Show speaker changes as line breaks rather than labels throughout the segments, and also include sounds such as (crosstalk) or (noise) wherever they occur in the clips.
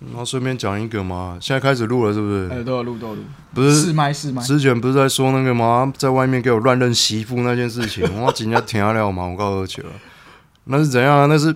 然后顺便讲一个嘛，现在开始录了是不是？
哎，都有录，都有录，
不是
试麦试麦，
之前不是在说那个吗？在外面给我乱认媳妇那件事
(laughs)
情，我人家停下来我嘛，我告诉去了，那是怎样啊？那是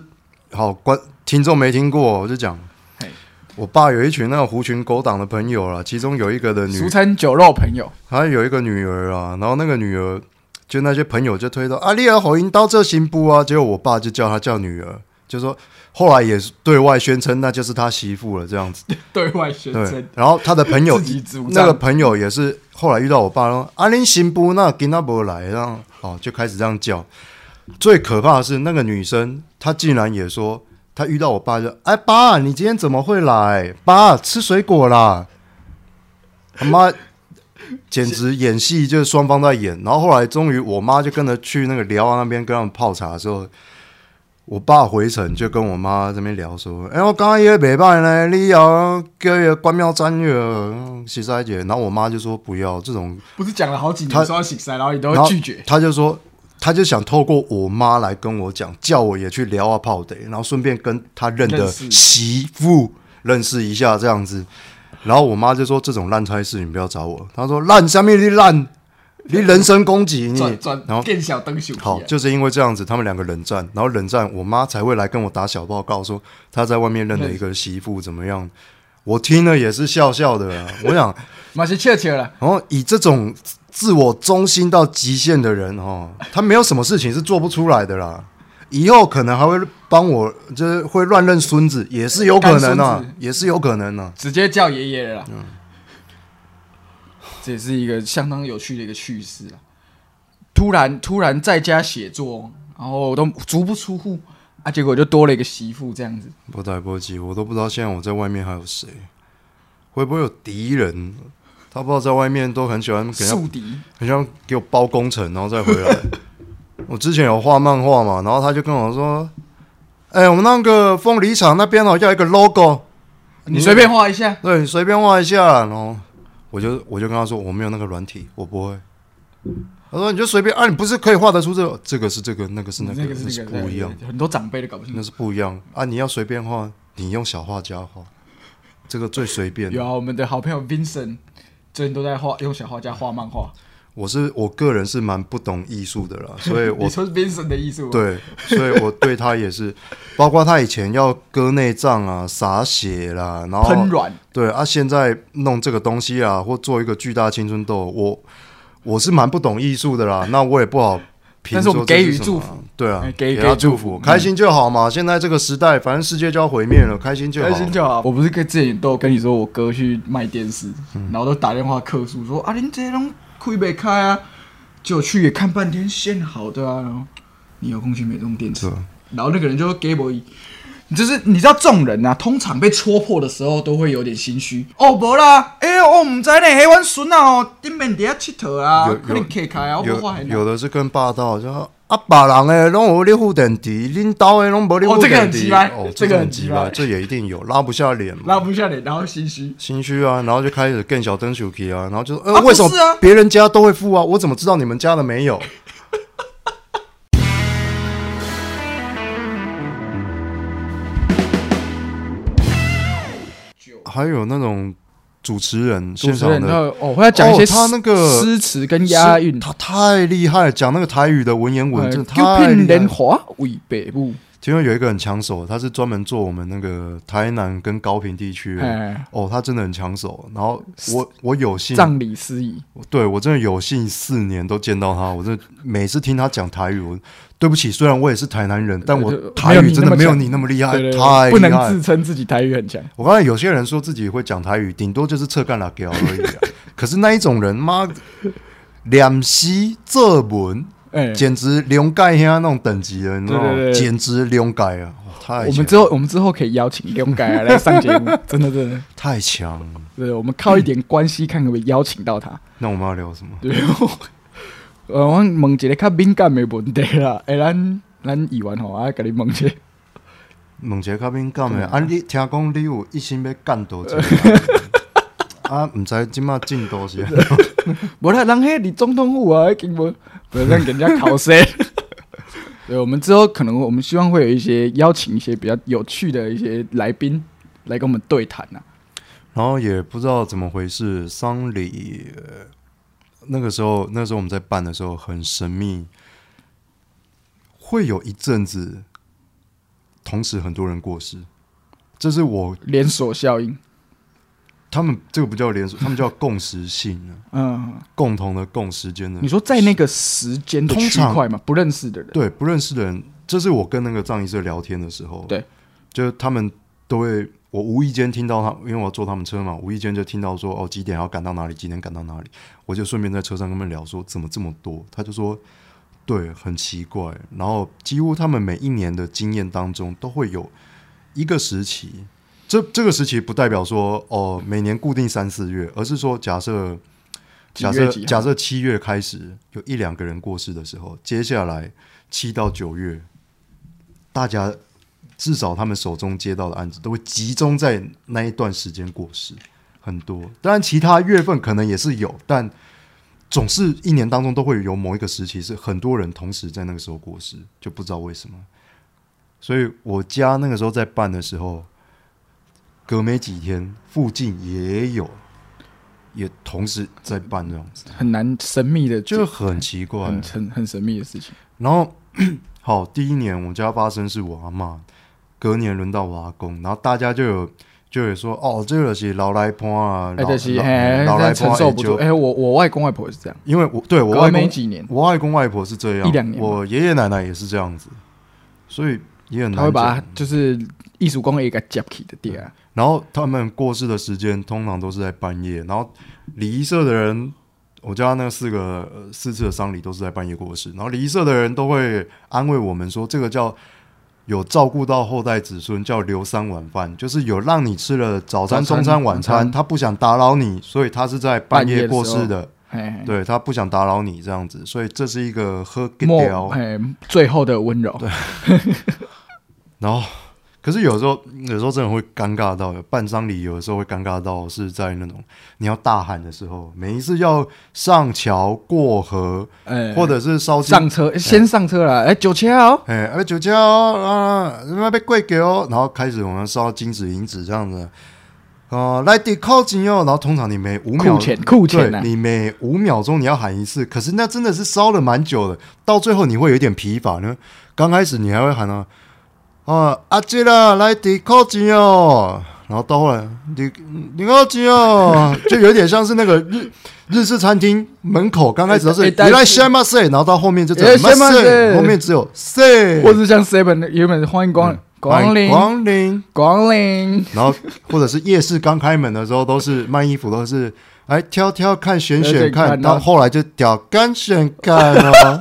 好观听众没听过，我就讲
嘿。
我爸有一群那种狐群狗党的朋友啦，其中有一个的女
俗称酒肉朋友，
他有一个女儿啊，然后那个女儿就那些朋友就推到啊，你要吼音到这行不啊？结果我爸就叫她叫女儿，就说后来也是对外宣称那就是他媳妇了这样子。
对外宣
对
称，
然后他的朋友
自己主
那个
张，
朋友也是后来遇到我爸说啊，你行不？那给那不来，然后哦就开始这样叫。最可怕的是那个女生，她竟然也说她遇到我爸就哎爸，你今天怎么会来？爸吃水果啦！他妈简直演戏就是双方在演。然后后来终于我妈就跟着去那个辽阳那边跟他们泡茶的时候。我爸回程就跟我妈这边聊说：“哎、我刚刚也没办呢，你要跟个关庙嗯战略，洗塞姐。”然后我妈就说：“不要这种。
不是讲了好几
他
年说要洗塞，然后你”都
然后
拒绝，
她就说：“她就想透过我妈来跟我讲，叫我也去聊啊泡的，然后顺便跟她认的
认识
媳妇认识一下这样子。”然后我妈就说：“这种烂差事你不要找我。”她说：“烂下面你烂，你人身攻击你。
转”转
然后
变小啊灯熊，
好，就是因为这样子，他们两个冷战，然后冷战，我妈才会来跟我打小报告，说她在外面认了一个媳妇怎么样。我听了也是笑笑的啦，我想，
马是切切了，
然后以这种自我中心到极限的人哦，他没有什么事情是做不出来的啦。以后可能还会帮我，就是会乱认孙子，也是有可能
干
啊
孙子，
也是有可能啊。
直接叫爷爷了啦，
嗯
这也是一个相当有趣的一个趣事啊，突然突然在家写作，然后我都足不出户啊，结果就多了一个媳妇这样子，
波仔波记，我都不知道现在我在外面还有谁，会不会有敌人？他不知道在外面都很喜欢给人家
宿敌，
很像给我包工程，然后再回来。 (laughs) 我之前有画漫画嘛，然后他就跟我说：“哎、我们那个凤梨厂那边哦，要一个 logo，
你随便画一下，
对，你随便画一下。”然后我就我就跟他说：“我没有那个软体，我不会。”他说：“你就随便啊，你不是可以画得出这个？这个是这个，那个是那个，
那个
那
是
是
那个
不一样，，
很多长辈都搞不清楚
那。是不一样啊！你要随便画，你用小画家画，这个最随便。”
有啊，我们的好朋友 Vincent 最近都在画，用小画家画漫画。
我是我个人是蛮不懂艺术的啦，所以我
你说是 Vincent 的艺术？，啊
对，所以我对他也
(laughs)
是，包括他以前要割内脏啊、洒血啦，然后
喷软，
对啊，现在弄这个东西啊，或做一个巨大青春痘，我我是蛮不懂艺术的啦，那我也不好评
但是我
说
们
这
给
是
予
什
祝
么
福
啊，对啊
哎，给予
他
给予祝
祝
福
福，开心就好嘛。现在这个时代，反正世界就要毁灭了，开心就好
开。心就好。我不是跟之前都有跟你说，我哥去卖电视，
嗯
然后都打电话客诉说啊，您这些东亏没开啊，就去也看半天，线好的啊，然后你有空去没用电视
是啊，
然后那个人就说给我一。你就是你知道，这种人啊，通常被戳破的时候都会有点心虚。哦，无啦，哎、我唔知呢，嘿，阮孙啊，哦，顶面底下佚佗啊
有，
可能客开啊，我
有
无法很
有的是更霸道，就说啊，别人诶拢有咧护垫底，恁兜诶拢无咧
哦
护
这个
垫
很
底
鸡，掰
哦，
这个很
鸡
鸡
巴，
掰
这也一定有拉不下脸嘛，
拉不下脸，然后心虚。
心虚啊，然后就开始更小灯手机啊，然后就说，呃，
啊
为什么
不是啊
别人家都会付啊，我怎么知道你们家的没
(laughs)
有？还有那种主持人
主
现
持
场
人
的
他哦，会要讲一些
哦他那个
诗词跟押韵，哎
他太厉害，讲那个台语的文言文真的太
骗
厉害
人
了。
华为北部，
其中有一个很抢手，他是专门做我们那个台南跟高平地区的。
哎，
哦，他真的很抢手。然后我我有幸
葬礼司仪，
对我真的有幸四年都见到他，我真的每次听他讲台语，我对不起，虽然我也是台南人，但我
对对
台语真的没
哎呃没
有
有
你
你
那么厉害，
对对对
太
不
厉
能
害
自。称自己台语很强，
我刚才有些人说自己会讲台语，顶多就是侧干拉屌而已啊、可是那一种人，妈两西这文，
哎，
简直两盖下那种等级的，你知道吗？
对对对
简直两盖啊！哦太
我
强
们之后我们之后可以邀请刘改来上节
(laughs)
目，真的真的，
太强了。
对，我们靠一点关系看可不可以邀请到他，
那我们要聊什么？
对， (laughs) 我呃，我问一个较敏感的问题啦，哎，咱咱议员吼，啊，给你问一下，
问一个嘉宾干的，啊，你听讲你有一心要干多钱，啊，毋知即马进度是安怎？
无啦，人迄离总统府啊，已经无，不要让人家考试。 (laughs) 对，我们之后可能我们希望会有一些邀请一些比较有趣的一些来宾，来跟我们对谈啊。
然后也不知道怎么回事，丧礼呃那个时候，那时候我们在办的时候很神秘，会有一阵子同时很多人过世，这是我
连锁效应，
他们这个不叫连锁，他们叫共识性啊，
嗯，
共同的共时间的
你。说在那个时间的
通
区
常
块嘛，不认识的人，
对，不认识的人，这是我跟那个藏医社聊天的时候，
对，
就是他们都会，我无意间听到他，因为我坐他们车嘛，无意间就听到说哦几点要赶到哪里，几点赶到哪里，我就顺便在车上跟他们聊说怎么这么多，他就说对，很奇怪，然后几乎他们每一年的经验当中都会有一个时期。这这个时期不代表说哦，每年固定三四月，而是说假设
几
假
月
设
几号
假设七月开始有一两个人过世的时候，接下来七到九月，大家至少他们手中接到的案子都会集中在那一段时间过世，很多。当然，其他月份可能也是有，但总是一年当中都会有某一个时期是很多人同时在那个时候过世，就不知道为什么。所以我家那个时候在办的时候，隔没几天附近也有，也同时在办这样子，
很难神秘的，
就很奇怪。
很很很神秘的事情。
然后 (clears throat) 好，第一年我们家发生是我阿嬷，隔年轮到我阿公，然后大家就有就有说哦，这个是老来伴啊，
哎，
老
就是
老
嘿，
老来
但
伴
承受不住。
就
哎，我我外公外婆也是这样，
因为我对我
隔
外
没
公
几年，
我外公外婆是这样，
一两年吧
我爷爷奶奶也是这样子，所以也很
他
难
会
讲。
把就是艺术工业给夹起的地啊，
然后他们过世的时间通常都是在半夜，然后礼仪社的人，我家那四个、呃、四次的丧礼都是在半夜过世，然后礼仪社的人都会安慰我们说，这个叫有照顾到后代子孙，叫留三晚饭，就是有让你吃了早餐、
早餐
中餐、晚
晚
餐，
餐
他不想打扰你，所以他是在半夜过世
半夜的
的，
嘿，
对他不想打扰你这样子，所以这是一个喝给
末
掉，
嘿哎最后的温柔，
然后，可是有时候，有时候真的会尴尬到办丧礼，有的时候会尴尬到是在那种你要大喊的时候，每一次要上桥过河，
哎，
或者是烧鸡
上车先上车啦，哎，九千哦，
哎，啊酒驾哦，啊，他妈被跪给哦，然后开始我们烧金纸银纸这样子，哦、来抵扣紧哦，然后通常你每五秒
库钱库
对
钱啊呐，
你每五秒钟你要喊一次，可是那真的是烧了蛮久的，到最后你会有一点疲乏呢。刚开始你还会喊啊，啊阿杰啦，来抵扣钱哦，然后到后来你你扣钱哦，就有点像是那个日日式餐厅门口刚开始都是
哎
你
但是
来先嘛 say，然后到后面就这
哎
样
先嘛 say
后面只有 say，
或是像 Seven 原本是欢迎光光
嗯
临
光临，
光临，
然后或者是夜市刚开门的时候，都是卖衣服都是哎挑挑看选
对对
选
看
看，
到
到后来就挑干选看
(laughs)
哦，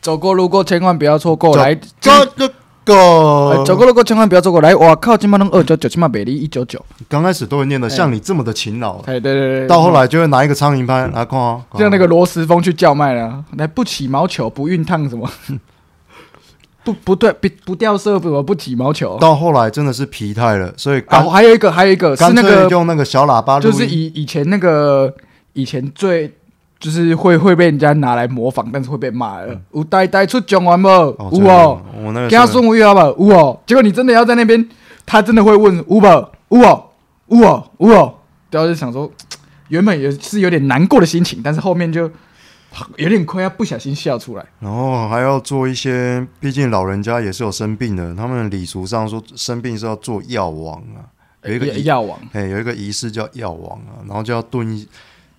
走过路过千万不要错
(laughs)
过，
走
来
这个狗
哎走过路过千万不要错过来，哇靠，今麦拢二九九，今麦北离一九九，
刚开始都会念的像你这么的勤劳，
哎对对对，对
哦到后来就会拿一个苍蝇拍来看哦，
嗯像那个罗斯峰去叫卖了啊，来不起毛球，不熨
(laughs)
烫什么，不不对，不不掉色，不不起毛球。
哦到后来真的是疲态了，所以
啊，
干
还有一个，还有一个是
干
那
脆
个，
用那个小喇啊叭录
就是
音，
以以前那个以前最就是会会被人家拿来模仿，但是会被骂的。有呆呆出讲完不？
真
有
的
哦，
我那个
加
嗯真的
孙无语好不？有哦。结果你真的要在那边，他真的会问有不？有哦，有哦，有哦。然后就想说，原本也是有点难过的心情，但是后面就有点快要不小心笑出来。
然后还要做一些，毕竟老人家也是有生病的，他们礼俗上说生病是要做药王啊，有一个
呃药
仪
药王，
哎，有一个仪式叫药王啊，然后就要炖一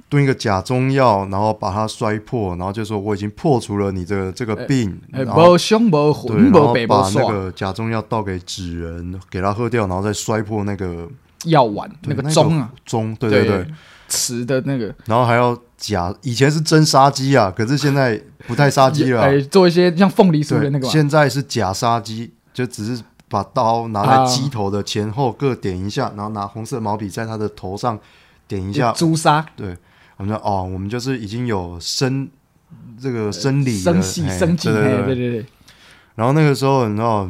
炖一个假中药，然后把它摔破，然后就说我已经破除了你这个这个病，
哎，
然后
无胸无
对，
魂
然
无
后
白无
把那
爽，
个假中药倒给纸人，给他喝掉，然后再摔破那个
药丸那
对
个钟啊，
钟，对对对，，
瓷的那个。
然后还要假，以前是真杀鸡啊，可是现在不太杀鸡了啊，
哎，做一些像凤梨酥的那
对，
个嘛，
现在是假杀鸡，就只是。把刀拿在
啊
鸡头的前后各点一下，然后拿红色毛笔在他的头上点一下，
朱砂，
对，我们说哦，我们就是已经有生这个生理
生
了
系
嘿
生气，
对
哎
对对
对对对，
然后那个时候，你知道，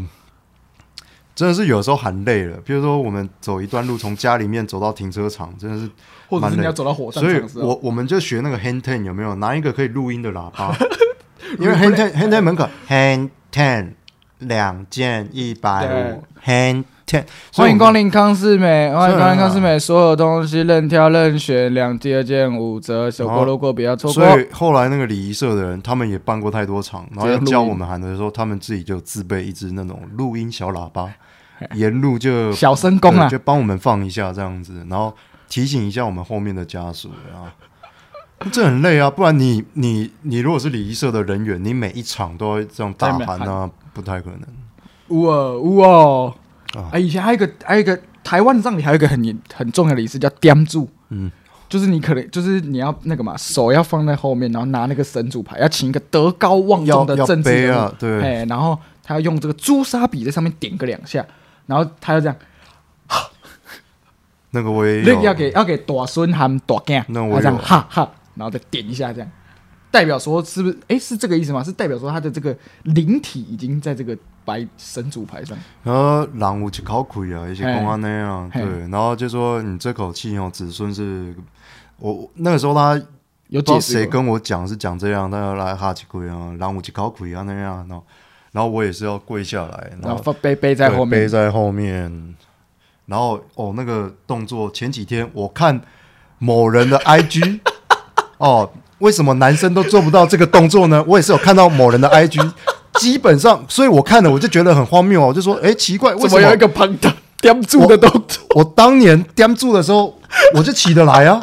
真的是有时候喊累了。比如说，我们走一段路，从家里面走到停车场，真的是，
或者是
蛮
你
累
要走到火
所
葬场
以
的时候，
我我们就学那个 hand ten 有没
(laughs)
有？拿一个可以录音的喇叭，因为 hand ten hand ten 门口 hand ten 两件一百
对
五，很甜。
欢迎光
临。
临康世美，欢迎光
所以我们
临康世美，所有东西任挑任选，两第二件五折，手
然后
过路过不要错过。
哦所以后来那个礼仪社的人，他们也办过太多场，然后要
直接录音
教我们喊的时候，他们自己就自备一支那种录音小喇叭，沿路就
小声公啊
对，就帮我们放一下这样子，然后提醒一下我们后 (laughs) 面的家属啊。这很累啊，不然你你你如果是礼仪社的人员，你每一场都要这样大
在那
喊
边
啊，不太可能。
呜哦呜哦
啊！
哎，以前还有一个还有一个台湾葬礼还有一个很严很重要的仪式叫掂住，
嗯，
就是你可能就是你要那个嘛，手要放在后面，然后拿那个神主牌，要请一个德高望
要
重的
要
政治
背
人物
啊，对，
哎，然后他要用这个朱砂笔在上面点个两下，然后他就这样，
那个我也
那
有
个要给要给大孙和大囝，
哎那我
他这样
有
哈哈，然后再点一下这样，代表说是不是？哎，是这个意思吗？是代表说他的这个灵体已经在这个白神主牌上，
然后人有一口气啊，也是讲安尼啊，
嘿
对，然后就说你这口气哦，子孙是，我那个时候他
有
不知道
解
谁
释过吗。
跟我讲是讲这样，他要来哈气鬼啊，人有一口气啊那样，然后然后我也是要跪下来，
然
然
后
后
放背背在后
对背
面，
在后面，然后哦那个动作前几天我看某人的
(laughs)
IG 哦，为什么男生都做不到这个动作呢？我也是有看到某人的
(laughs)
IG。基本上，所以我看了我就觉得很荒谬啊！我就说，哎、奇怪，为
怎
什
么
么
有一个旁的叼住的动作？ (laughs)
我当年掂住的时候，我就起得来啊。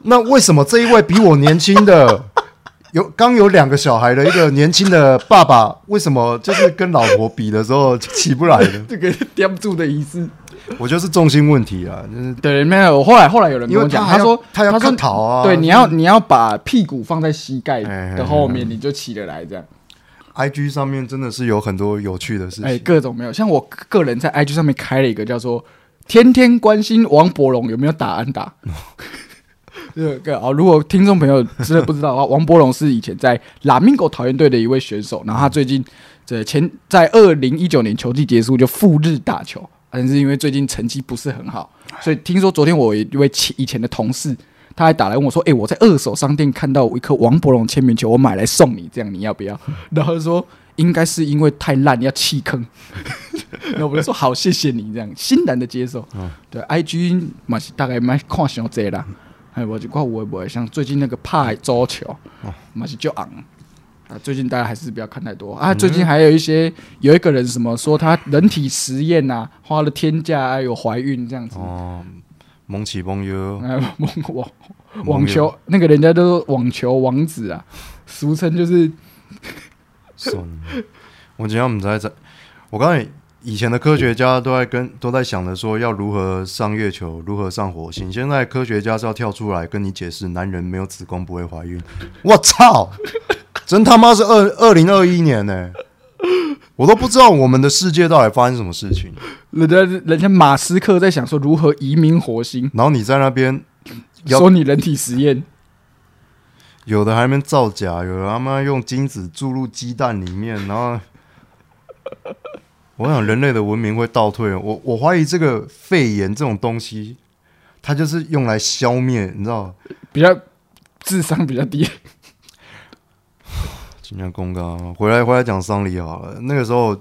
那为什么这一位比我年轻的，有刚有两个小孩的一个年轻的爸爸，为什么就是跟老婆比的时候就起不来呢？
这个叼住的仪式。
我就是重心问题啊，就是
对，没有。后来后来有人跟我讲，
因为他还要
说
他要
说
看桃啊
对，你要你要把屁股放在膝盖
哎
的后面，你就起得来这样。
I G 上面真的是有很多有趣的事情。
哎，各种没有。像我个人在 IG 上面开了一个叫做“天天关心王伯龙有没有打安打”。这个哦，如果听众朋友真的不知道的话， (laughs) 王伯龙是以前在拉米狗桃园队的一位选手，然后他最近这前在二零一九年球季结束就赴日打球，但是因为最近成绩不是很好，所以听说昨天我一位前以前的同事。他还打来问我说：“哎、我在二手商店看到一颗王伯龙签名球，我买来送你，这样你要不要？”然后他说：“应该是因为太烂要弃坑。”然后我就说：“好，谢谢你。”这样欣然的接受。对，IG 嘛是大概蛮看上这啦，哎，我就看我不会像最近那个派桌球，嘛、是就昂。啊，最近大家还是不要看太多啊。最近还有一些、有一个人什么说他人体实验呐、花了天价、啊，有怀孕这样子。
哦，蒙起蒙优，
哎，网网
网
网球那个人家都说网球王子啊，俗称就是
算了，我今天不知在，我刚才以前的科学家都在跟都在想着说要如何上月球，如何上火星。现在科学家是要跳出来跟你解释，男人没有子宫不会怀孕。我操，真他妈是二二零二一年呢、我都不知道我们的世界到底发生什么事情。
人家人家马斯克在想说如何移民火星，
然后你在那边要
说你人体实验，
有的还没造假，有的他妈用精子注入鸡蛋里面，然后 (laughs) 我想人类的文明会倒退。我我怀疑这个肺炎这种东西，它就是用来消灭，你知道？
比较智商比较低，
今天公告回来回来讲丧礼好了。那个时候，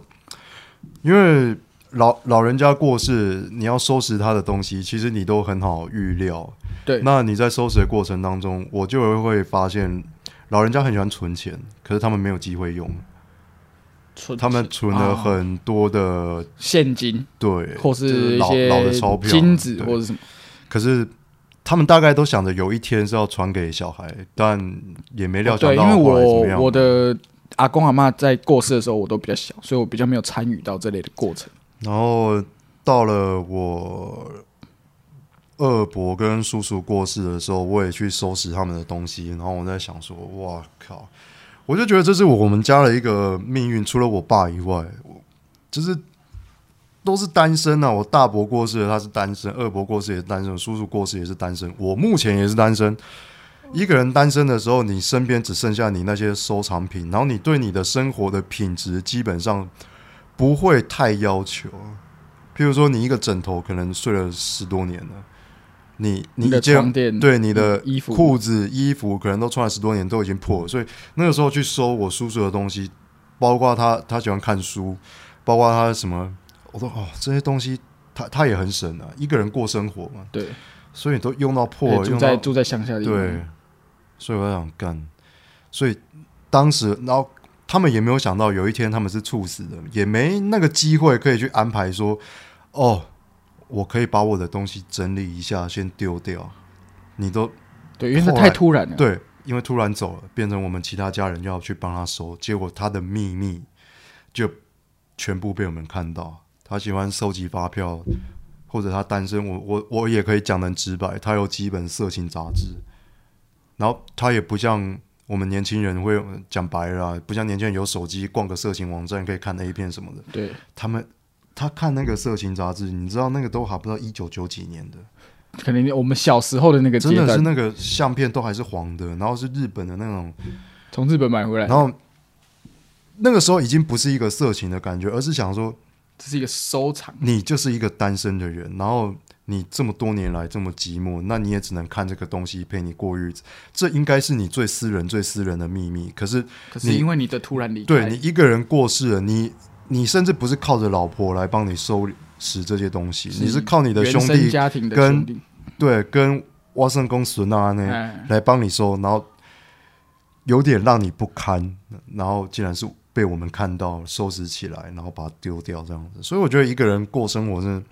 因为老老人家过世，你要收拾他的东西，其实你都很好预料。
对，
那你在收拾的过程当中，我就会发现，老人家很喜欢存钱，可是他们没有机会用。他们存了很多的、
现金
对，
或
就是是
一
老
些
老的钞票、啊
金子
对
或者什么，
可是他们大概都想着有一天是要传给小孩，但也没料想
哦对，因
到
为
后来怎么样
我我的阿公阿妈在过世的时候我都比较小，所以我比较没有参与到这类的过程。
然后到了我二伯跟叔叔过世的时候，我也去收拾他们的东西，然后我在想说，哇靠！我就觉得这是我们家的一个命运，除了我爸以外，我就是都是单身啊。我大伯过世了，他是单身；二伯过世也是单身；叔叔过世也是单身；我目前也是单身。一个人单身的时候，你身边只剩下你那些收藏品，然后你对你的生活的品质基本上不会太要求。譬如说，你一个枕头可能睡了十多年了，你你
的
一件
床垫
对你的
衣服
裤子、衣服可能都穿了十多年，都已经破了，所以那个时候去收我叔叔的东西，包括他他喜欢看书，包括他什么，我说哦这些东西他他也很省啊，一个人过生活嘛，
对，
所以都用到破，
而且住
用
在
到
住在乡下的地方，
对，所以我想干，所以当时，然后他们也没有想到有一天他们是猝死的，也没那个机会可以去安排说，哦，我可以把我的东西整理一下，先丢掉。你都
对，因为
后
那
来
太突然了，
对，因为突然走了，变成我们其他家人要去帮他收，结果他的秘密就全部被我们看到。他喜欢收集发票，或者他单身，我我我也可以讲得很直白，他有几本色情杂志，然后他也不像我们年轻人会呃讲白了啊、不像年轻人有手机逛个色情网站可以看 A 片什么的，
对，
他们。他看那个色情杂志，你知道那个都还不到一九九几年的，
可能我们小时候的那个
真
阶
的是
段，
那个相片都还是黄的，然后是日本的那种
从日本买回来，
然后那个时候已经不是一个色情的感觉，而是想说
这是一个收藏，
你就是一个单身的人，然后你这么多年来这么寂寞，那你也只能看这个东西陪你过日子。这应该是你最私人、最私人的秘密。可是
可是
你
因为你的突然离开，
对你一个人过世了，你你甚至不是靠着老婆来帮你收拾这些东西，你是靠你的
原
兄
生
弟
家庭的
跟
兄弟，
对跟挖圣公孙啊那。
哎，
来帮你收，然后有点让你不堪，然后竟然是被我们看到收拾起来，然后把它丢掉这样子。所以我觉得一个人过生活是，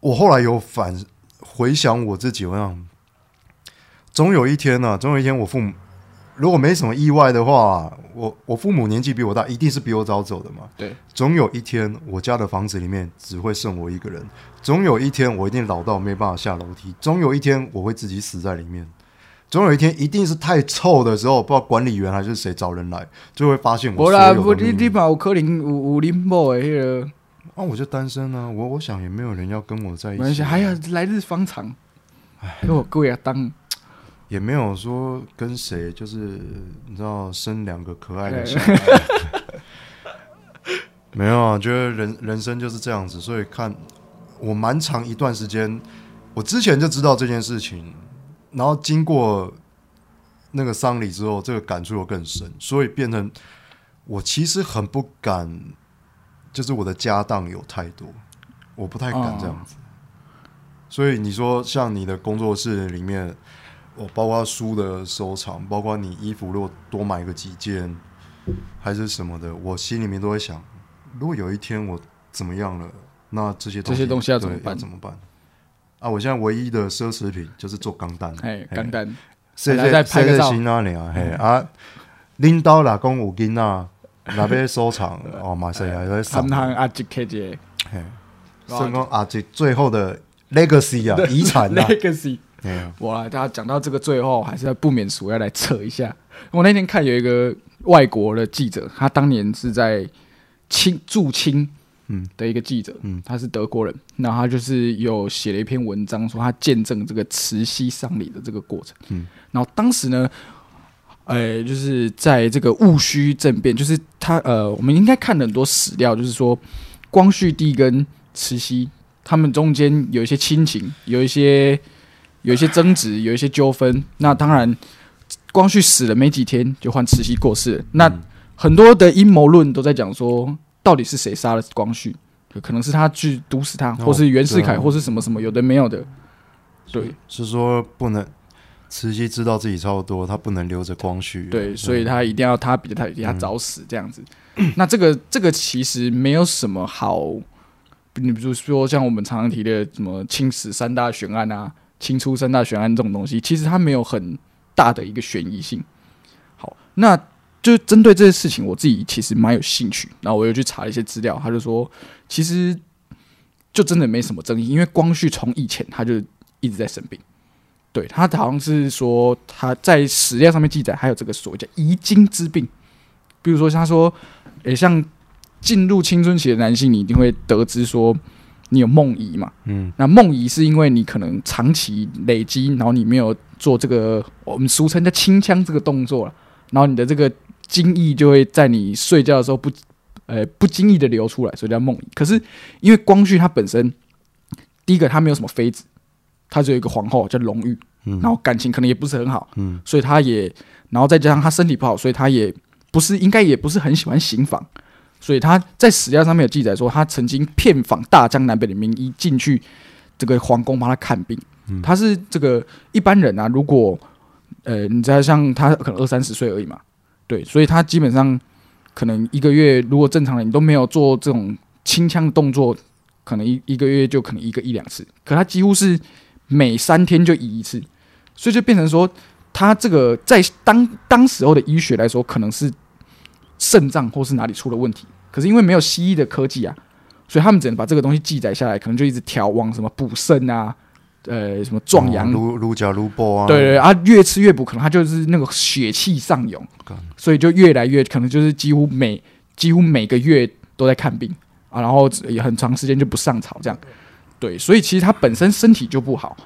我后来有反回想我自己，我想总有一天呢、总有一天我父母如果没什么意外的话，我我父母年纪比我大，一定是比我早走的嘛。
对，
总有一天我家的房子里面只会剩我一个人，总有一天我一定老到没办法下楼梯，总有一天我会自己死在里面，总有一天一定是太臭的时候，不知道管理员还是谁找人来，就会发现我
不
所
啦，
有
不，
的秘
你
密
你嘛有可能有有恁某的迄个，
啊，我就单身啊，我我想也没有哎人要跟我在
没
一
关
起
系，
啊，
哎呀，来日方长，给我各位啊当，
也没有说跟谁，就是你知道生两个可爱的小孩， (laughs) 没有啊，觉得人人生就是这样子，所以看我蛮长一段时间，我之前就知道这件事情，然后经过那个丧礼之后，这个感触又更深，所以变成我其实很不敢，就是我的家当有太多，我不太敢这样子。所以你说像你的工作室里面，我哦包括书的收藏，包括你衣服如果多买个几件还是什么的，我心里面都会想，如果有一天我怎么样了，那这些
这些东西要怎么
对
办
怎么办？啊，我现在唯一的奢侈品就是做钢弹，
哎，简单，
谢
本来在
谢
拍
谢
个
谢
照嗯
新啊你啊，嘿啊，领导老公有囡仔，那边收藏哦，马上也在
三 (laughs)
送，
行啊，一 K 一
嘿，算讲啊，这最后的
(laughs)
legacy 啊，遗产啊，
legacy。
嘿啊
哇，大家讲到这个最后，还是要不免俗要来扯一下。我那天看有一个外国的记者，他当年是在清驻清，
嗯
的一个记者，
嗯
他是德国人，然后他就是有写了一篇文章，说他见证这个慈禧丧礼的这个过程，
嗯
然后当时呢。呃，就是在这个戊戌政变，就是他呃，我们应该看了很多史料，就是说光绪帝跟慈禧他们中间有一些亲情，有一些有一些争执，有一些纠纷。那当然，光绪死了没几天，就换慈禧过世了。
嗯
那很多的阴谋论都在讲说，到底是谁杀了光绪？可能是他去毒死他，
哦
或是袁世凯，
对啊
或是什么什么，有的没有的。对
是说不能慈禧知道自己差不多，她不能留着光绪，
对，所以他一定要他比他比他早死这样子。 (clears throat) 那这个这个其实没有什么好，你比如说像我们常常提的什么清史三大悬案啊、清初三大悬案这种东西，其实它没有很大的一个悬疑性。好，那就针对这些事情，我自己其实蛮有兴趣。然后我又去查了一些资料，他就说，其实就真的没什么争议，因为光绪从以前他就一直在生病。对他好像是说他在史料上面记载，还有这个所谓叫遗精之病，比如说他说，诶、像进入青春期的男性，你一定会得知说你有梦遗嘛，
嗯，
那梦遗是因为你可能长期累积，然后你没有做这个我们俗称叫清腔这个动作了，然后你的这个精液就会在你睡觉的时候不，呃，不经意的流出来，所以叫梦遗。可是因为光绪他本身，第一个他没有什么妃子，他只有一个皇后叫隆裕，
嗯
然后感情可能也不是很好，
嗯
所以他也，然后再加上他身体不好，所以他也不是应该也不是很喜欢刑访，所以他在史料上面有记载说，他曾经骗访大江南北的名医进去这个皇宫帮他看病。他是这个一般人啊，如果呃你再像他可能二三十岁而已嘛，对，所以他基本上可能一个月如果正常人你都没有做这种清腔动作，可能一一个月就可能一个一两次，可他几乎是每三天就移一次，所以就变成说他这个在当当时候的医学来说，可能是肾脏或是哪里出了问题，可是因为没有西医的科技啊，所以他们只能把这个东西记载下来，可能就一直调往什么补肾啊，呃，什么壮阳
哦撸撸脚撸波啊，
对对啊，越吃越补，可能他就是那个血气上涌
干，
所以就越来越可能就是几乎每几乎每个月都在看病啊，然后也很长时间就不上朝这样。对，所以其实他本身身体就不好，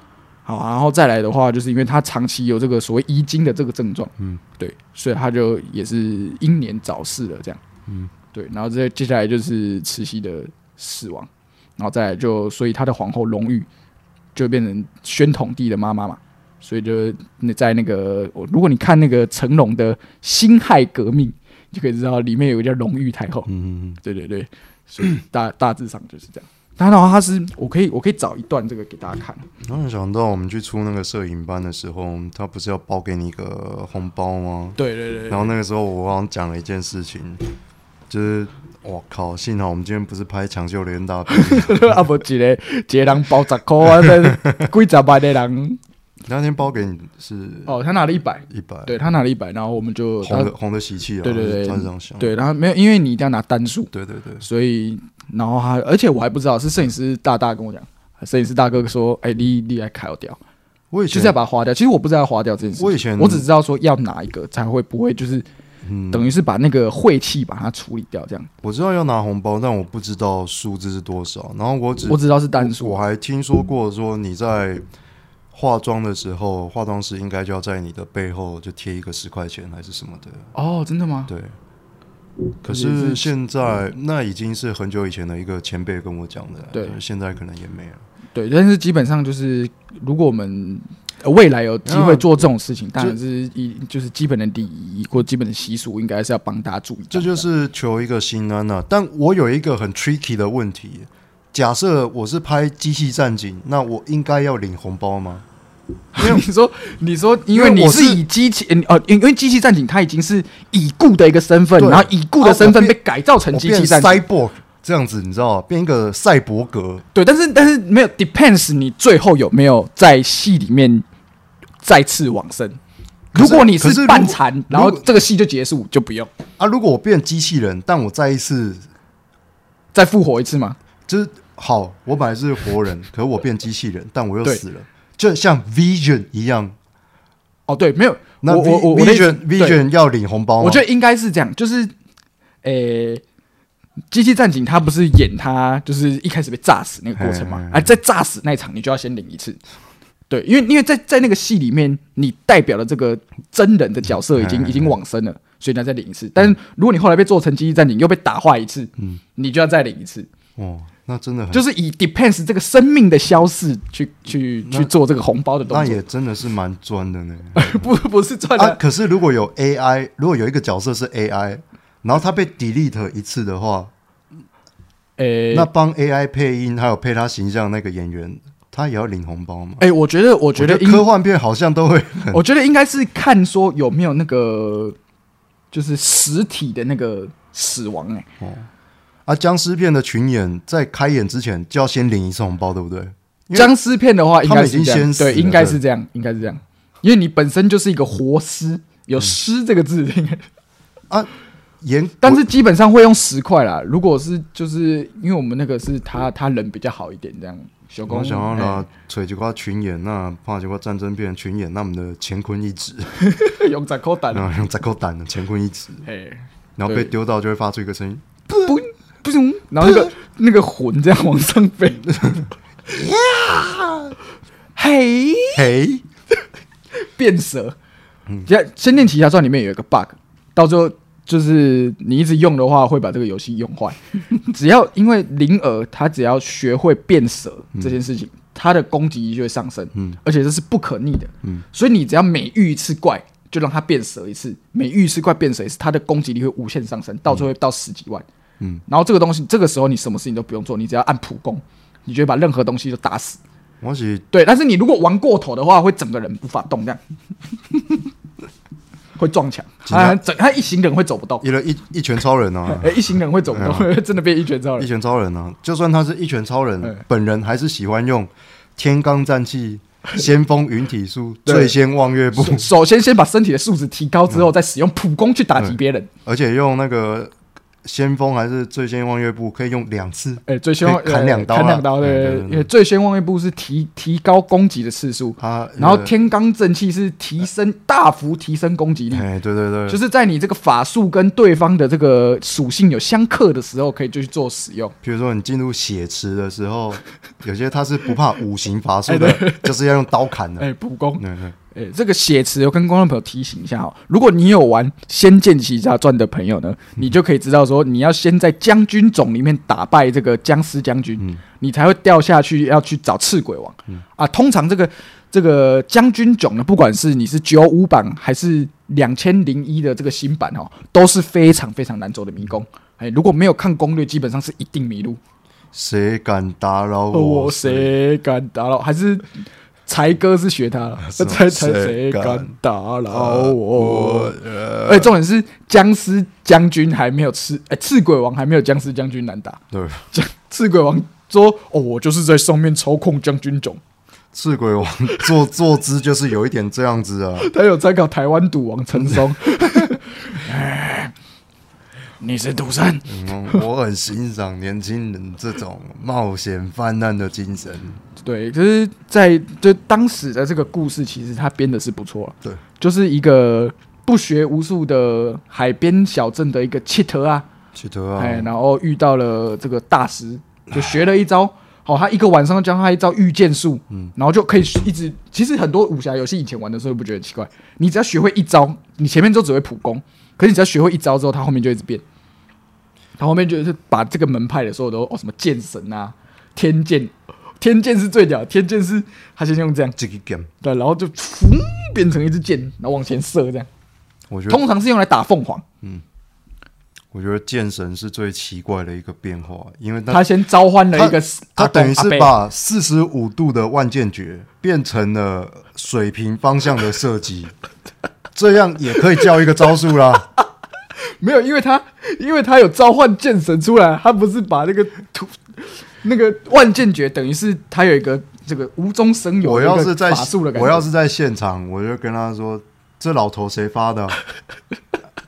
好，然后再来的话，就是因为他长期有这个所谓遗精的这个症状，
嗯，
对，所以他就也是英年早逝了这样，
嗯，
对，然后接接下来就是慈禧的死亡，然后再来就所以他的皇后隆裕就变成宣统帝的妈妈嘛，所以就那在那个我如果你看那个成龙的《辛亥革命》，你就可以知道里面有一个叫隆裕太后，
嗯，嗯嗯，
对对对，所以大 (clears throat) 大致上就是这样。当然的话，他是我可以我可以找一段这个给大家看，
然后想到我们去出那个摄影班的时候，他不是要包给你一个红包吗？
对对
然后那个时候我好像讲了一件事情，就是我靠，幸好我们今天不是拍抢救连大兵，
对， (laughs) 啊不，一个一个人包十块 (laughs) 啊，这几十万的人，
(laughs) 那天包给你是
哦，他拿了一百，
一百，
对他拿了一百，然后我们就
红
他
的红的喜气啊，
对对对
他是这样想，
对，然后没有，因为你一定要拿单数，
对对对，
所以然后他，而且我还不知道是摄影师大大跟我讲，摄影师大哥说，哎，你你来砍掉，
我以
就
前
是要把它花掉。其实我不知道要花掉这件事情，
我以前
我只知道说要哪一个才会不会就是
嗯
等于是把那个晦气把它处理掉这样。
我知道要拿红包，但我不知道数字是多少。然后我只
我只知道是单
我
数，
还听说过说你在化妆的时候，化妆师应该就要在你的背后就贴一个十块钱还是什么的，
哦，真的吗？
对。可
也
是
是
现在那已经是很久以前的一个前辈跟我讲的，
对
现在可能也没了。
对，但是基本上就是，如果我们、呃未来有机会
嗯
做这种事情，当然是一就是基本的礼仪或基本的习俗，应该是要帮大家注意到
这
的。
就是求一个心安啊。但我有一个很 tricky 的问题：假设我是拍机器战警，那我应该要领红包吗？
你说，你说，因
因
为
为
你
我
是
是
以机器呃呃，因为机器战警它已经是已故的一个身份，
对
然后已故的
啊
身份
我
被
变
改造成
我
机器
变
战警，
cyborg 这样子，你知道，变一个赛博格。
对，但是但是没有 depends 你最后有没有在戏里面再次往生。
可是
如果你
可是如
半残，然后
如果
这个戏就结束，就不用
啊，如果我变机器人，但我再一次
再复活一次嘛。
就是好，我本来是活
(laughs)
人，可我变机器人，但我又
对
死了，就像 Vision 一样。
哦，对，没有，
那
我
V,
我我我的意思
Vision
对
Vision 要领红包吗？
我觉得应该是这样，就是，诶、机器战警他不是演他就是一开始被炸死那个过程嘛
嘿嘿？嘿
啊，在炸死那一场，你就要先领一次。对，因为因为在在那个戏里面，你代表的这个真人的角色已
嘿
经
嘿嘿
已经往生了，所以你要再领一次。但是如果你后来被做成机器战警，又被打坏一次，
嗯
你就要再领一次，
哦，那真的很，
就是以 depends 这个生命的消逝去去去做这个红包的
那
动作，
也真的是蛮专的呢。
(laughs) 不不是赚
啊，
的。
可是如果有 AI，如果有一个角色是 AI，然后他被 delete 一次的话，
诶、
那帮 AI 配音还有配他形象那个演员，他也要领红包吗？
诶、我觉得我觉得应
科幻片好像都会
我觉得应该是看说有没有那个就是实体的那个死亡哎、
啊，僵尸片的群演在开演之前就要先领一次红包，对不对？因为
僵尸片的话应该是
他
这
们已
样，
经先死
对，
了
应该是这样，应该是这样，因为你本身就是一个活尸，
嗯
有“尸”这个字，应该
啊，演
但是基本上会用十块啦。如果是就是因为我们那个是他他人比较好一点，这样小
我
公
嗯我想要
哎
拿锤几块群演，啊那怕几块战争片群演，那我们的乾坤一指，
(laughs) 用掌口胆，
然后用再扣胆的乾坤一指，
哎，
然后
对
被丢到就会发出一个声音，
不不行，然后那
嗯
个那个魂这样往上
(laughs)
飞，嘿。
嘿，
变蛇。像《仙剑奇侠传》里面有一个 bug，到最后就是你一直用的话，会把这个游戏用坏。只要因为灵儿她只要学会变蛇这件事情，她的攻击力就会上升，而且这是不可逆的。所以你只要每遇一次怪，就让它变蛇一次，每遇一次怪变蛇一次，它的攻击力会无限上升，到最后会到十几万。嗯，然后这个东西，这个时候你什么事情都不用做，你只要按普攻，你就会把任何东西都打死。
我是
对，但是你如果玩过头的话，会整个人无法动，这样 (laughs) 会撞墙，
的
他整他一行人会走不动，
一人一一拳超人啊，
哎，一行人会走不动， (laughs) 真的变一拳超
一
人。
拳超人啊，就算他是一拳超人，
嗯
本人还是喜欢用天罡战气、先锋云体术、
对
醉仙望月步，
首先先把身体的素质提高之后，再使用普攻去打击别人。
而且用那个先锋还是醉仙望月步可以用两次。
哎，最先望
可以砍两刀啊
砍两刀
嗯
对
对
对
对
对，最先望一步是提提高攻击的次数，
他呃
然后，天罡正气是提升大幅提升攻击力
那个，哎，对对对，
就是在你这个法术跟对方的这个属性有相克的时候，可以就去做使用。
比如说你进入血池的时
(laughs)
候，有些他是不怕五行法术的，就是要用刀砍的。
哎，普攻，
对对，
哎，这个血池，我跟观众朋友提醒一下哦，如果你有玩《仙剑奇侠传》的朋友呢，你就可以知道说，你要先在将军冢里面打败这个僵尸将军，你才会掉下去要去找赤鬼王、啊。通常这个这个将军冢呢，不管是你是九五版还是两千零一的这个新版哦，都是非常非常难走的迷宫。哎，如果没有看攻略，基本上是一定迷路。
谁敢打扰
哦我
我？
谁敢打扰？还是才哥是学他
(laughs)
了？
是吗
才才谁
谁敢
敢打扰
哦，我呃
我？而且重点是僵尸将军还没有赤，哎，赤鬼王还没有僵尸将军难打。
对
僵赤鬼王说：“哦，我就是在上面操控将军种。
赤鬼王坐坐姿就是有一点这样子啊。”
他有参考台湾赌王
(laughs)
陈松。哎你是赌神，
嗯， (laughs) 我很欣赏年轻人这种冒险泛滥的精神。
对，就是在就当时的这个故事，其实他编的是不错了。啊
对，
就是一个不学无术的海边小镇的一个乞头啊，
去得啊，
哎，然后遇到了这个大师，就学了一招。好、他一个晚上教他一招御剑术，嗯，然后就可以一直。其实很多武侠游戏以前玩的时候不觉得奇怪，你只要学会一招，你前面都只会普攻，可是你只要学会一招之后，他后面就一直变。他后面就是把这个门派的所有都哦什么剑神啊、天剑，天剑是最屌的，天剑是他先用这样，
这个 game，
对，然后就噗变成一支箭，然后往前射这样。
我觉得，
通常是用来打凤凰，
我觉得剑神是最奇怪的一个变化，因为
他
他
先召唤了一个
他
阿公
等于
阿
是
伯
把四十五度的万剑诀变成了水平方向的射击，
(laughs)
这样也可以叫一个招数啦。
没有，因为他因为他有召唤剑神出来，他不是把那个图那个万剑诀，等于是他有一个这个无中生 (laughs) 有
我
的一个
要是在
法术的感觉。
我要是在现场，我就跟他说：“这老头谁发的啊、 (laughs)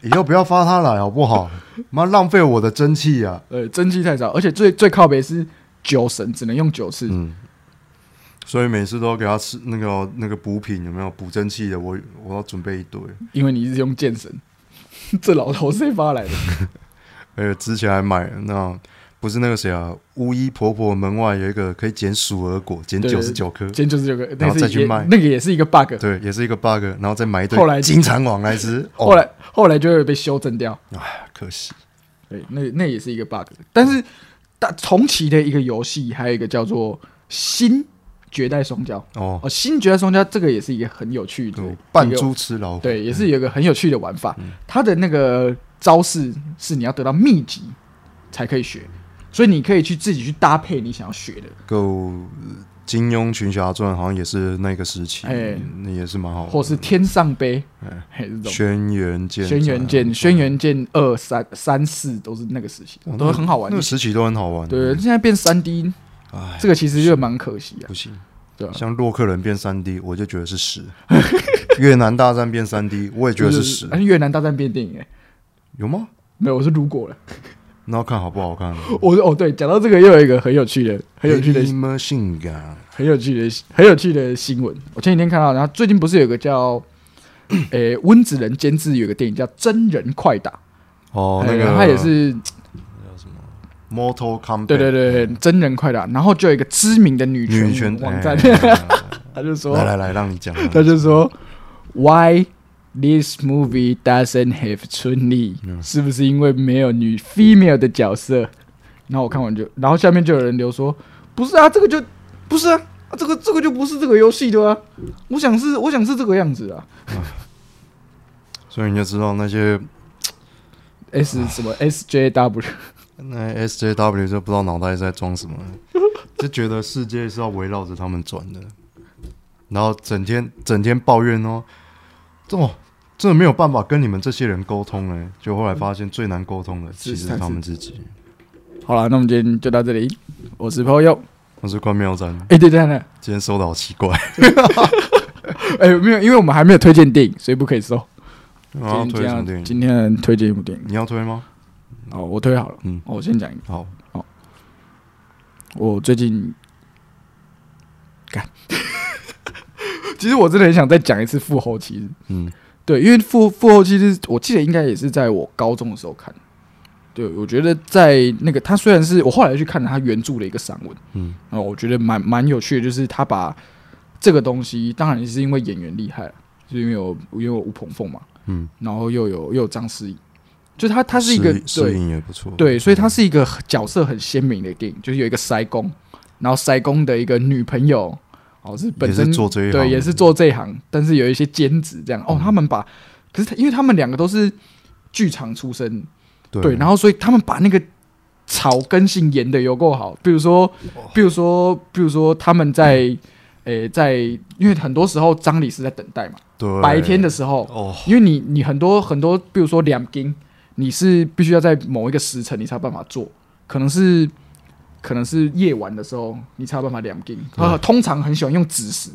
以后不要发他来好不好？妈浪费我的真气啊！”
呃真气太少，而且最最靠北是九神只能用九次，
所以每次都要给他吃那个那个补品，有没有补真气的？我我要准备一堆，
因为你是用剑神。这老头谁发来的？
而且之前还买那种不是那个谁啊，巫医婆婆门外有一个可以捡鼠儿果，捡
对
九十九颗，
今天就是这个，
然
那
后
是
再去
也
卖
那个也是一个 bug。
对，也是一个 bug，然后再买一堆
后来
金蝉网来
(laughs)
吃，哦
后来后来就会被修正掉。
哎，可惜，
对，那那也是一个 bug。但是大同期的一个游戏，还有一个叫做《新绝代双骄》
哦
哦，《新绝代双骄》这个也是一个很有趣的
对
一
扮
个
猪嗯吃老虎，
对，也是有一个很有趣的玩法。它的那个招式是你要得到秘籍才可以学，所以你可以去自己去搭配你想要学的。
够。金庸《群侠传》好像也是那个时期，
哎
那也是蛮好玩的。
或是天上杯，嘿，这种
嗯哎轩辕剑，
轩辕剑、轩辕剑二、三、三四都是那个时期，
哦
都很好玩
那。个时期都很好玩。
对，，现在变三 D，
哎，
这个其实就蛮可惜啊。
不行，
对啊
像洛克人变三 D，我就觉得是
(laughs)
屎；越南大战变三 D，我也觉得是屎
就。是越哎南大战变电影、欸，
有吗？
没有，我是如果了。
那要看好不好看。啊
我哦，对，讲到这个又有一个很有趣的、很有趣的、
m a c h 感，
很有趣的、很有趣的新闻。我前几天看到，然后最近不是有个叫， (clears throat) 诶、温子仁监制有个电影叫《真人快打》，
哦，那
哎
个
他也是
Mortal Kombat，
对对对，对真人快打。然后就有一个知名的女权
哎女权
网站，
哎
(laughs) 他就
来
说，
来来，让你讲。啊
(laughs) 他就说，Why this movie doesn't have 春丽？
嗯
是不是因为没有女 female 的角色？然后我看完就，然后下面就有人留说，不是啊，这个就不是啊，啊这个这个就不是这个游戏的啊，我想是我想是这个样子啊，
所以你就知道那些
S 什么 SJW，
那 SJW 就不知道脑袋在装什么 (laughs) 了，就觉得世界是要围绕着他们转的，然后整天整天抱怨哦，哦，真的没有办法跟你们这些人沟通哎，就后来发现最难沟
嗯
通的其实是他们自己。
好了，那我们今天就到这里，我是 Paul 佑。
我是关妙瞻，
哎、对对对，
今天收的好奇怪，
哎、没有，因为我们还没有推荐电影，所以不可以收。
然 (laughs) 后哦推什么电影？
今天推荐一部电影，
你要推吗？
哦，我推好了。
嗯
哦，我先讲一个，
好，
我最近干， (laughs) 其实我真的很想再讲一次《复后期日》。
嗯，
对，因为复复后期是我记得应该也是在我高中的时候看。对，我觉得在那个他虽然是我后来去看了他原著的一个散文，
嗯，
然后我觉得蛮蛮有趣的，就是他把这个东西，当然也是因为演员厉害，就是因为有因为有吴鹏凤嘛，
嗯，
然后又有又有张诗颖，就他他是一个
适
对
应也不错，
对，所以它是一个很角色很鲜明的电影，就是有一个塞工，然后塞工的一个女朋友，哦，是本
也是
身
做这一行嗯的
对，也是做这一行，但是有一些兼职这样。哦，他们把，可是他因为他们两个都是剧场出身，
对
对，然后所以他们把那个草根性演的有够好，比如说，比如说，比如说他们在，诶、在，因为很多时候张理是在等待嘛，
对
白天的时候，
哦，
因为你你很多很多，比如说两斤，你是必须要在某一个时辰你才有办法做，可能是可能是夜晚的时候你才有办法两斤。呃，通常很喜欢用子时，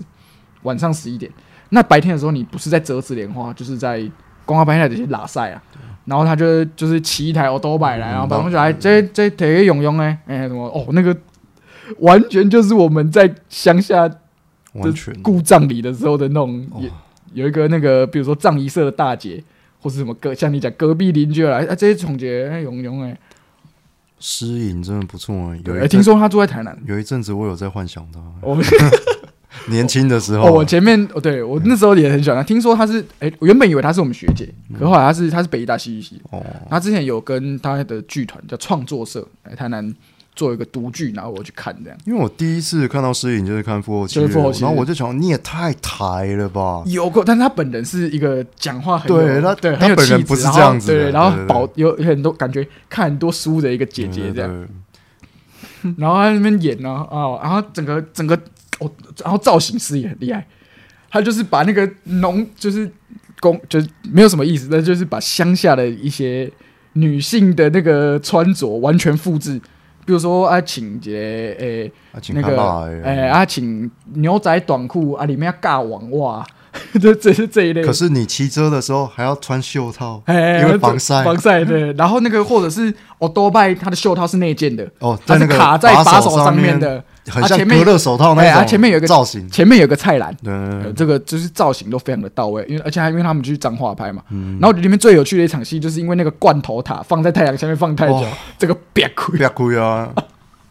晚上十一点。那白天的时候你不是在折纸莲花，就是在光华白天的这些拉塞啊。然后他就就是骑一台欧多百来，然后把同学来哎这这体育泳泳哎哎什么哦那个。完全就是我们在乡下
完全
故葬礼的时候的那种
嗯哦
也有一个那个，比如说葬仪社的大姐，或是什么隔，像你讲隔壁邻居来，啊，这些总结，哎，勇勇，哎，
诗颖真的不错哎，有
对，
一哦
哎，
阵
听说他住在台南，
有一阵子我有在幻想他，
我们
年轻的时候，
哦，我前面，哦，对
嗯
我那时候也很喜欢他，听说他是，哎，我原本以为他是我们学姐，
嗯
可后来他是他是北医大戏剧系，
哦
他之前有跟他的剧团叫创作社，来台南做一个独剧，然后我去看这样，
因为我第一次看到诗颖就是看《复后七
就
日
是》，复后七日
然后我就想你也太抬了吧，
有过，但是他本人是一个讲话很有
对他
对
他
很有
本人
气质
不是
然
这
后
样子的
对，然后
对对对
保有很多感觉看很多书的一个姐姐这样。
对，对对
然后他在那边演呢、哦，然后整个整个哦，然后造型师也很厉害，他就是把那个农就是工就是没有什么意思，但就是把乡下的一些女性的那个穿着完全复制，比如说啊，请节诶、
啊，请
那
看
个
吧，
诶啊，请牛仔短裤啊，里面要尬网袜， (laughs) 这这是这一类的。
可是你骑车的时候还要穿袖套，
哎，
因为防晒。
防晒对。然后那个或者是哦，多拜它的袖套是内建的，
哦，
它
在
是
那个
卡在把
把
手
上
面的，
很
啊
像
前面
隔热手套
哎
那
啊
种。
前面有一个
造型，
前面有个菜篮。
对对
呃
对，
这个就是造型都非常的到位，因为而且还因为他们去彰化拍嘛，
嗯
然后我觉得里面最有趣的一场戏，就是因为那个罐头塔放在太阳下面放太久
哦，
这个
(laughs)
别亏
不要哭啊！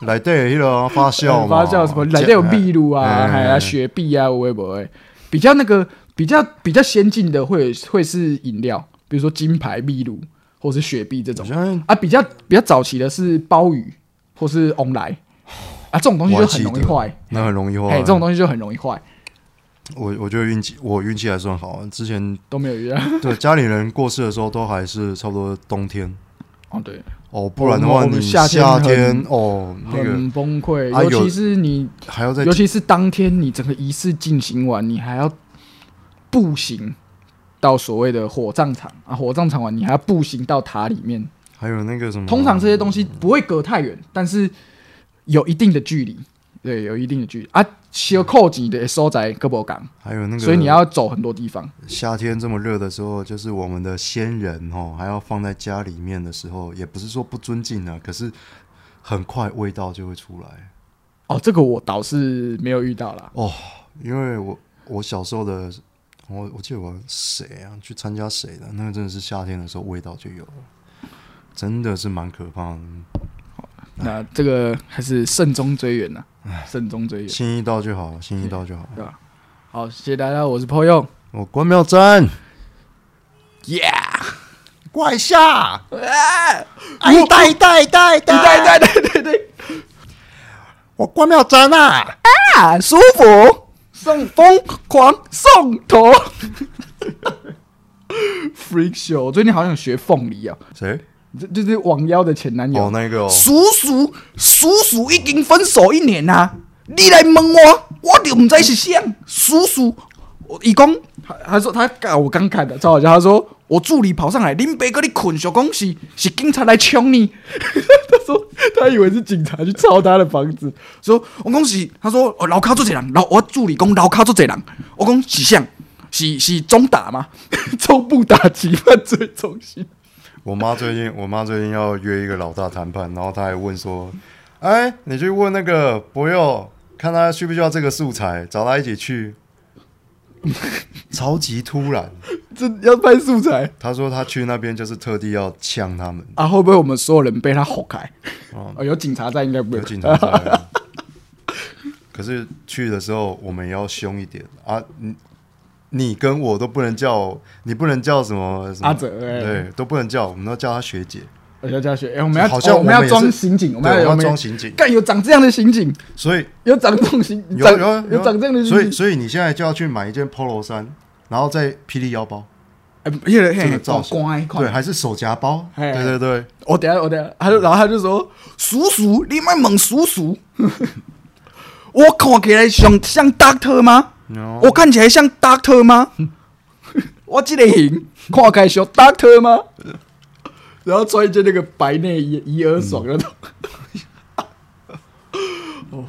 来对那个发酵嘛，
发
(laughs)
酵什么，来面有秘鲁啊，
哎
还有雪碧啊，微博哎，比较那个比较比较先进的会会是饮料，比如说金牌秘鲁或是雪碧这
我
种
现在
啊，比较比较早期的是鲍鱼或是翁来啊，这种东西就很容易
我
坏，
那很容易
哎，
坏
这。种东西就很容易坏，
我我觉得运气，我运气还算好。之前
都没有遇到
(laughs) 对家里人过世的时候，都还是差不多冬天
哦，对。
哦，不然的
我
话
们我
你
们夏天
夏
很
天哦，那个
很崩溃，
啊
尤
有
其是你，
还要再
尤其是当天你整个仪式进行完，你还要步行到所谓的火葬场啊，火葬场完你还要步行到塔里面。
还有那个什么，
通常这些东西不会隔太远，但是有一定的距离，对，有一定的距离啊。小扣紧的收在胳膊港，
还有那个，
所以你要走很多地方。
夏天这么热的时候，就是我们的先人哦，还要放在家里面的时候，也不是说不尊敬啊，可是很快味道就会出来
哦，这个我倒是没有遇到啦。
哦。因为我我小时候的，我我记得我谁啊去参加谁的，那个真的是夏天的时候味道就有了，真的是蛮可怕的。
那这个还是慎终追远呐、
哎
慎终追远，
新一道就好了，新一道就好了。
对吧？好，谢谢大家，我是 p o 用
我关妙真，
，Yeah。
怪下，
哎
哎，带带带
对
带，
对对对对
我关妙真啊。
啊，舒服，送疯狂送头。 (laughs) freak show。我最近好想学凤梨啊，
谁？
这就是网妖的前男友。
哦，那个哦，
叔叔，叔叔已经分手一年啦，你来问我，我就唔知是啥。叔叔，我伊讲，他他说他啊，我刚看的，超好笑。他说我助理跑上来，林北哥你困，小恭喜，是警察来抢你。他说他以为是警察去抄他的房子，说我恭喜。他说哦，楼卡做这人，楼我助理讲楼卡做这人，我讲是啥？是是中打吗？中部打击犯罪中心。
我妈最近，我妈最近要约一个老大谈判，然后她还问说：“哎，你去问那个博佑，看他需不需要这个素材，找他一起去。” (laughs) 超级突然，
这要拍素材
她说她去那边就是特地要呛他们，
啊？会不会我们所有人被他吼开？ (laughs) 哦，有警察在，应该不会
有。警察在啊。 (laughs) 可是去的时候我们也要凶一点啊，你你跟我都不能叫，你不能叫什么什么
阿哲哎
对，都不能叫，我们都叫她学姐。
我要叫学，哎，我们要
好像
哦我们要
也是
装刑警，我们
对
要
我
我
们
们
要装刑警
干有长这样的刑警，
所以
有长这种刑，
有
长
有啊
有
啊
长这样的
所以
刑警，
所以你现在就要去买一件 polo 衫，然后再霹雳腰包，
哎，一人
这个
嘿，
造型，
哎乖哎
对，
乖。
还是手夹包，
嘿
对对对，
我等一下哦我等一下，他就然后他就说叔叔，你卖猛叔叔， (laughs) 我看起来像像 doctor 吗？
No
我看起来像 doctor 吗？ (laughs) 我这个型看起来像 doctor 吗？
嗯
然后穿一件那个白内衣，以耳爽那种。哦，